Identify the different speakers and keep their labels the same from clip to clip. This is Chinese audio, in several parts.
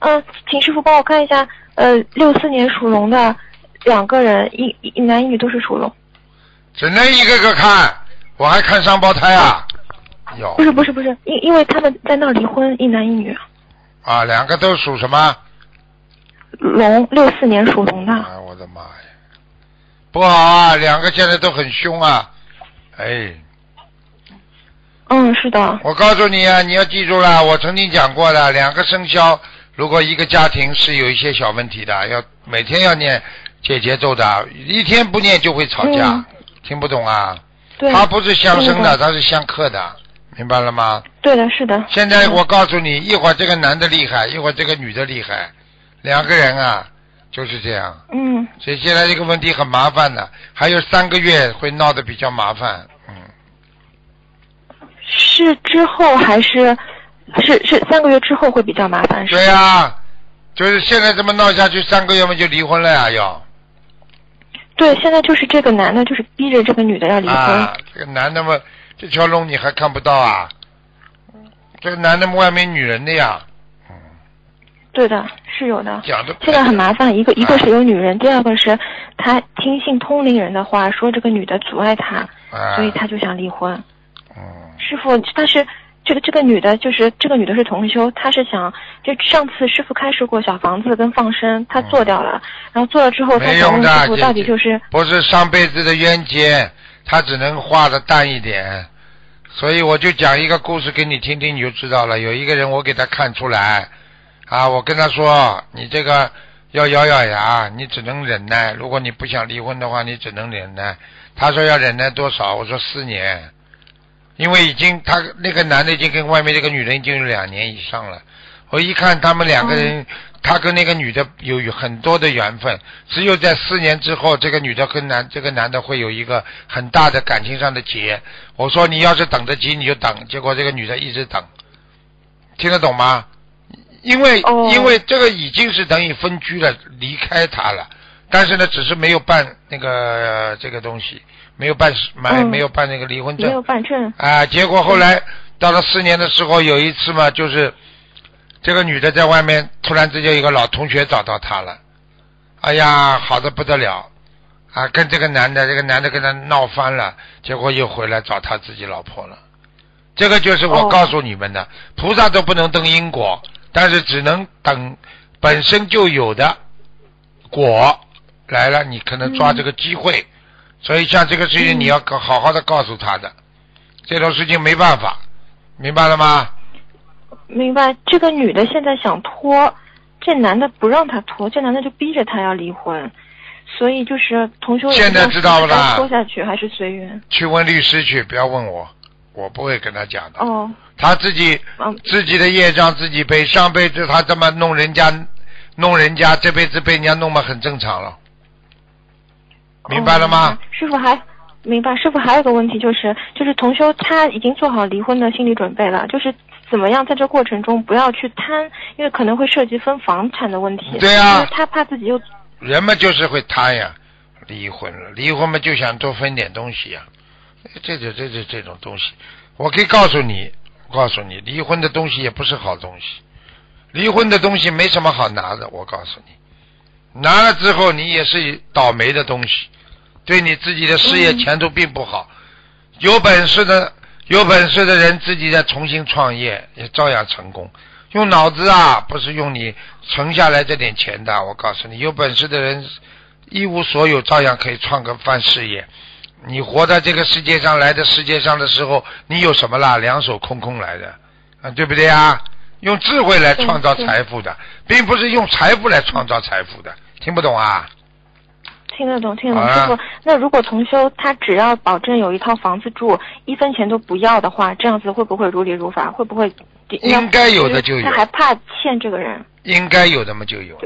Speaker 1: 嗯，请师傅帮我看一下，呃，六四年属龙的两个人，一一男一女都是属龙。
Speaker 2: 只能一个个看，我还看双胞胎啊，有
Speaker 1: 嗯不是不是不是，因因为他们在那儿离婚，一男一女。
Speaker 2: 啊，两个都属什么？
Speaker 1: 龙，六四年属龙的。
Speaker 2: 啊，我的妈呀，不好啊，两个现在都很凶啊，哎，
Speaker 1: 嗯，是的。
Speaker 2: 我告诉你啊，你要记住了，我曾经讲过的，两个生肖，如果一个家庭是有一些小问题的，要每天要念解节奏的，一天不念就会吵架，
Speaker 1: 嗯
Speaker 2: 听不懂啊？
Speaker 1: 对。
Speaker 2: 它不是相生的，
Speaker 1: 对
Speaker 2: 它是相克的，明白了吗？
Speaker 1: 对的，是的。
Speaker 2: 现在我告诉你，一会儿这个男的厉害，一会儿这个女的厉害，两个人啊就是这样，
Speaker 1: 嗯，
Speaker 2: 所以现在这个问题很麻烦的，还有三个月会闹得比较麻烦，嗯，
Speaker 1: 是之后还是是是三个月之后会比较麻烦？是
Speaker 2: 对呀、就是现在这么闹下去，三个月嘛就离婚了呀，要
Speaker 1: 对，现在就是这个男的，就是逼着这个女的要离婚。
Speaker 2: 啊，这个男的嘛，这条龙你还看不到啊，这个男的嘛外面女人的呀，嗯，
Speaker 1: 对的，是有的。
Speaker 2: 讲的
Speaker 1: 现在很麻烦，一个一
Speaker 2: 啊
Speaker 1: 个是有女人，第二个是他听信通灵人的话，说这个女的阻碍他，
Speaker 2: 啊，
Speaker 1: 所以他就想离婚。
Speaker 2: 嗯。
Speaker 1: 师傅，但是这个这个女的，就是这个女的是同修，她是想，就上次师傅开示过小房子跟放生，她做掉了，然后做了之后，她
Speaker 2: 嗯没
Speaker 1: 想
Speaker 2: 用
Speaker 1: 问
Speaker 2: 的
Speaker 1: 师，傅
Speaker 2: 姐
Speaker 1: 到底
Speaker 2: 姐
Speaker 1: 就是
Speaker 2: 不是上辈子的冤结，他只能化的淡一点。所以我就讲一个故事给你听听，你就知道了。有一个人，我给他看出来，啊，我跟他说，你这个要咬咬牙，你只能忍耐。如果你不想离婚的话，你只能忍耐。他说要忍耐多少？我说四年，因为已经他那个男的已经跟外面这个女人已经有两年以上了。我一看他们两个人，他跟那个女的有有很多的缘分，只有在四年之后，这个女的跟男这个男的会有一个很大的感情上的结。我说你要是等得及你就等，结果这个女的一直等，听得懂吗？因为、
Speaker 1: 哦
Speaker 2: 因为这个已经是等于分居了，离开他了，但是呢，只是没有办那个、呃这个东西，没有办买、
Speaker 1: 嗯
Speaker 2: 没有办那个离婚
Speaker 1: 没
Speaker 2: 证
Speaker 1: 有办证，
Speaker 2: 啊。结果后来到了四年的时候，有一次嘛，就是这个女的在外面突然之间有一个老同学找到她了，哎呀，好的不得了啊，跟这个男的，这个男的跟她闹翻了，结果又回来找她自己老婆了。这个就是我
Speaker 1: 哦
Speaker 2: 告诉你们的，菩萨都不能等因果，但是只能等本身就有的果来了，你可能抓这个机会。所以像这个事情，你要搞好好的告诉他的，这种事情没办法，明白了吗？
Speaker 1: 明白？这个女的现在想拖，这男的不让她拖，这男的就逼着她要离婚，所以就是同修也不
Speaker 2: 现在知道了
Speaker 1: 是
Speaker 2: 啦
Speaker 1: 该拖下去还是随缘？
Speaker 2: 去问律师去，不要问我，我不会跟他讲的。
Speaker 1: 哦，
Speaker 2: 他自己
Speaker 1: 嗯，
Speaker 2: 自己的业障自己背，上辈子他这么弄人家，弄人家，这辈子被人家弄嘛，很正常了，明白了吗？
Speaker 1: 哦？师傅还明白，师傅还有个问题就是，就是同修他已经做好离婚的心理准备了，就是怎么样在这过程中不要去贪，因为可能会涉及分房产的问题。
Speaker 2: 对啊
Speaker 1: 因为他怕自己又
Speaker 2: 人们就是会贪呀，离婚了，离婚嘛就想多分点东西呀，这就这就这种东西，我可以告诉你，告诉你，离婚的东西也不是好东西，离婚的东西没什么好拿的，我告诉你，拿了之后你也是倒霉的东西，对你自己的事业
Speaker 1: 嗯
Speaker 2: 前途并不好，有本事的有本事的人自己再重新创业也照样成功，用脑子啊，不是用你存下来这点钱的。我告诉你，有本事的人一无所有，照样可以创个番事业。你活在这个世界上来的世界上的时候，你有什么啦？两手空空来的，啊，对不对啊？用智慧来创造
Speaker 1: 对对
Speaker 2: 财富的，并不是用财富来创造财富的，听不懂啊？
Speaker 1: 听得懂，听得
Speaker 2: 好
Speaker 1: 懂。
Speaker 2: 啊
Speaker 1: 师傅，那如果同修他只要保证有一套房子住，一分钱都不要的话，这样子会不会如理如法？会不会？
Speaker 2: 应该有的就有
Speaker 1: 他还怕欠这个人
Speaker 2: 应该有的嘛就有，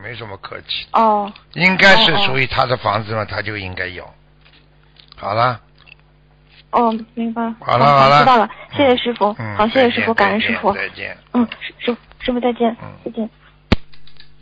Speaker 2: 没什么客气。
Speaker 1: 哦。
Speaker 2: 应该是
Speaker 1: 哦哦
Speaker 2: 属于他的房子嘛，他就应该有。好了，
Speaker 1: 哦，明白了。
Speaker 2: 好了好了
Speaker 1: 知道了，谢谢师傅。
Speaker 2: 嗯，
Speaker 1: 哦好，谢谢师傅，
Speaker 2: 再
Speaker 1: 嗯感
Speaker 2: 见
Speaker 1: 恩师
Speaker 2: 再
Speaker 1: 傅。
Speaker 2: 见再见。
Speaker 1: 嗯，师师傅师傅再见，
Speaker 2: 嗯
Speaker 1: 再见。